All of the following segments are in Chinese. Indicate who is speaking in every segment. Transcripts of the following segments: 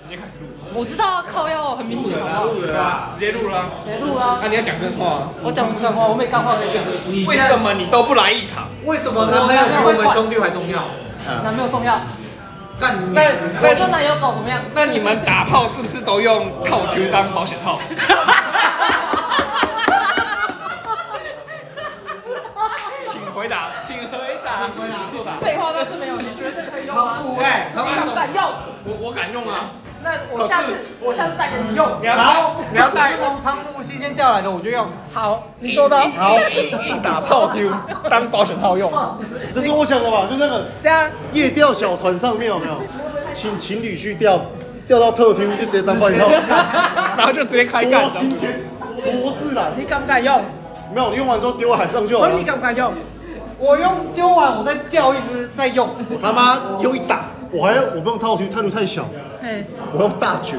Speaker 1: 直接开始录，
Speaker 2: 我知道啊，靠腰哦很明显好不好？
Speaker 1: 录了啊，直接录了啊。
Speaker 2: 谁录啊
Speaker 1: 那？你要讲真话啊，
Speaker 2: 我讲什么干话？我没干话可以讲。
Speaker 1: 为什么你都不来一场？
Speaker 3: 为什么男朋友比我们兄弟还重要？
Speaker 2: 男朋友重要，
Speaker 3: 但你
Speaker 1: 那
Speaker 2: 我
Speaker 1: 那
Speaker 2: 就男友狗怎么样？
Speaker 1: 那你们打炮是不是都用套 Q 当保险套？请回答，请回答，请作答。
Speaker 2: 废话倒是没有，你觉得可以用吗？
Speaker 3: 五哎，老
Speaker 2: 敢不敢用？
Speaker 1: 我我敢用啊！
Speaker 2: 那我下次我下次带给你用。
Speaker 1: 你要带，你要带。
Speaker 3: 从旁边新鲜调来的，我就用。
Speaker 2: 好，你说的哦。
Speaker 1: 好，一打炮 Q 当保险套用。
Speaker 4: 这是我想的吧？就那个
Speaker 2: 对啊，
Speaker 4: 夜钓小船上面有没有，请情侣去钓，钓到特厅就直接当饭套，
Speaker 1: 然后就直接开干
Speaker 4: 多。新鲜，多自然。
Speaker 2: 你敢不敢用？
Speaker 4: 没有，你用完之后丢海上就好
Speaker 2: 所以
Speaker 4: 了
Speaker 2: 你。敢不敢用？
Speaker 3: 我用丢完，我再钓一只，再用。
Speaker 4: 我他妈用一打，我还我不用套裙，套裙太小，
Speaker 2: 嘿，
Speaker 4: 我用大裙，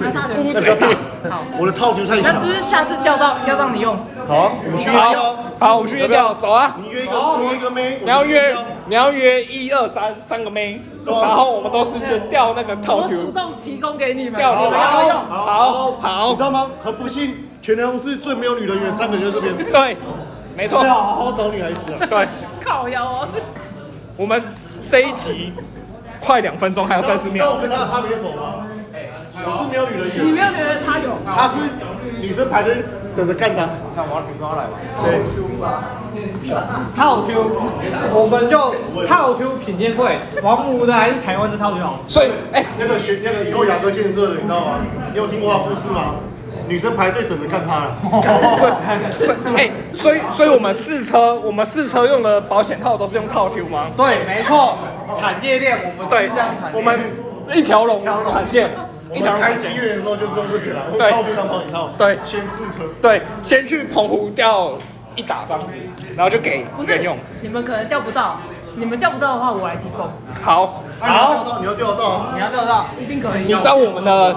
Speaker 2: 那大
Speaker 4: 那
Speaker 2: 人，
Speaker 4: 比较大
Speaker 2: 好。
Speaker 4: 我的套裙太
Speaker 2: 那是
Speaker 4: 小
Speaker 2: 不。是下次钓到要让你用？
Speaker 4: 好啊，我们去约
Speaker 1: 好
Speaker 4: 哦。，
Speaker 1: 好，我们去约掉，走啊！
Speaker 4: 你约一个，约一个妹，我
Speaker 1: 你要
Speaker 4: 们去
Speaker 1: 约
Speaker 4: 钓，
Speaker 1: 你要约一二三三个妹，
Speaker 4: 对啊
Speaker 1: 然后我们都是去钓那个套
Speaker 2: 我主
Speaker 1: 球，
Speaker 2: 动提供给你们，
Speaker 1: 钓什么
Speaker 2: 你们要用。
Speaker 1: 好
Speaker 4: 你知
Speaker 1: 好，
Speaker 4: 道吗？很不幸，全台中市最没有女人缘三个人就在这边。
Speaker 1: 对，没错
Speaker 4: 最，好好好找女孩子啊。
Speaker 1: 对，
Speaker 2: 靠腰哦。
Speaker 1: 我们这一集快两分钟，还有三十
Speaker 4: 你知道
Speaker 1: 秒，
Speaker 4: 我跟他的差别是什么吗？我是没有女人
Speaker 2: 你
Speaker 4: 缘，
Speaker 2: 没有觉得他有？
Speaker 4: 他是女生排队等着干他。
Speaker 3: 套 Q，我们就套 Q 品鉴会，王五的还是台湾的套 Q 好吃？
Speaker 1: 所以哎，
Speaker 4: 那个学那个以后雅哥建设的，你知道吗？你有听过他故事吗？女生排队等着干他 了。
Speaker 1: 所以所以哎，所以所以我们试车，我们试车用的保险套都是用套球吗？
Speaker 3: 对，没错，产业链我们
Speaker 1: 对
Speaker 3: 是这样产，业
Speaker 1: 我们一条龙产线，一
Speaker 4: 我
Speaker 1: 条龙
Speaker 4: 们开
Speaker 1: 产
Speaker 4: 机
Speaker 1: 线。
Speaker 4: 缘的时候就是用这个啦，用
Speaker 1: 对
Speaker 4: 套对当保险套。
Speaker 1: 对
Speaker 4: 先试车。
Speaker 1: 对，先去澎湖钓一打这样子，然后就给
Speaker 2: 不是
Speaker 1: 人用。，
Speaker 2: 你们可能钓不到，你们钓不到的话，我来提供，
Speaker 1: 好，
Speaker 4: 好，你要钓得到啊，
Speaker 3: 你要钓到，
Speaker 2: 一定可以。
Speaker 1: 你知道我们的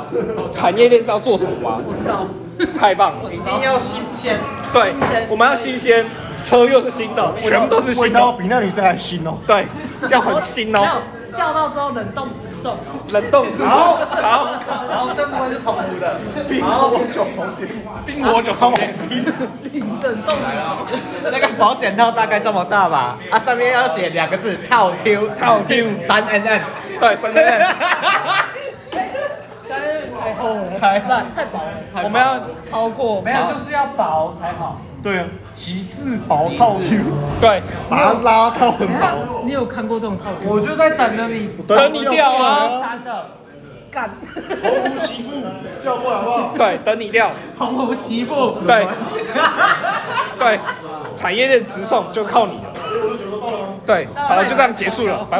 Speaker 1: 产业链是要做什么吗？
Speaker 2: 我知道，
Speaker 1: 太棒了！
Speaker 3: 一定要新鲜。
Speaker 1: 对
Speaker 2: 新鲜，
Speaker 1: 我们要新鲜，车又是新的，全部都是
Speaker 4: 味
Speaker 1: 新
Speaker 4: 道
Speaker 1: 的，
Speaker 4: 比那女生还新哦。
Speaker 1: 对，要很新
Speaker 2: 没
Speaker 1: 哦，
Speaker 2: 有钓到之后冷冻直送。
Speaker 1: 冷冻至
Speaker 3: 好
Speaker 1: 少好，
Speaker 3: 然后这部分是澎湖的，
Speaker 4: 冰火九重天，
Speaker 1: 冰火九重天，
Speaker 2: 冷冻直送。
Speaker 3: 那个保险套大概这么大吧，啊，上面要写两个字套 Q，
Speaker 1: 套 Q
Speaker 3: 三 N N。
Speaker 1: 对，三天，
Speaker 2: 太厚了，太烂，哎哦太薄了，
Speaker 1: 我们要
Speaker 2: 超 过
Speaker 3: 没有，就是要薄才好。
Speaker 4: 对啊，极致薄套 Q，
Speaker 1: 对，
Speaker 4: 把它拉到
Speaker 2: 等
Speaker 4: 很
Speaker 2: 一下
Speaker 4: 薄。
Speaker 2: 你有看过这种套件？
Speaker 3: 我就在等着你
Speaker 1: 等你钓啊！
Speaker 3: 删的
Speaker 2: 干，
Speaker 4: 澎湖媳妇钓过来好不好？
Speaker 1: 对，等你钓，
Speaker 3: 澎湖媳妇。
Speaker 1: 对，对，产业链直送就是靠你了，对，好了，就这样结束了，拜拜。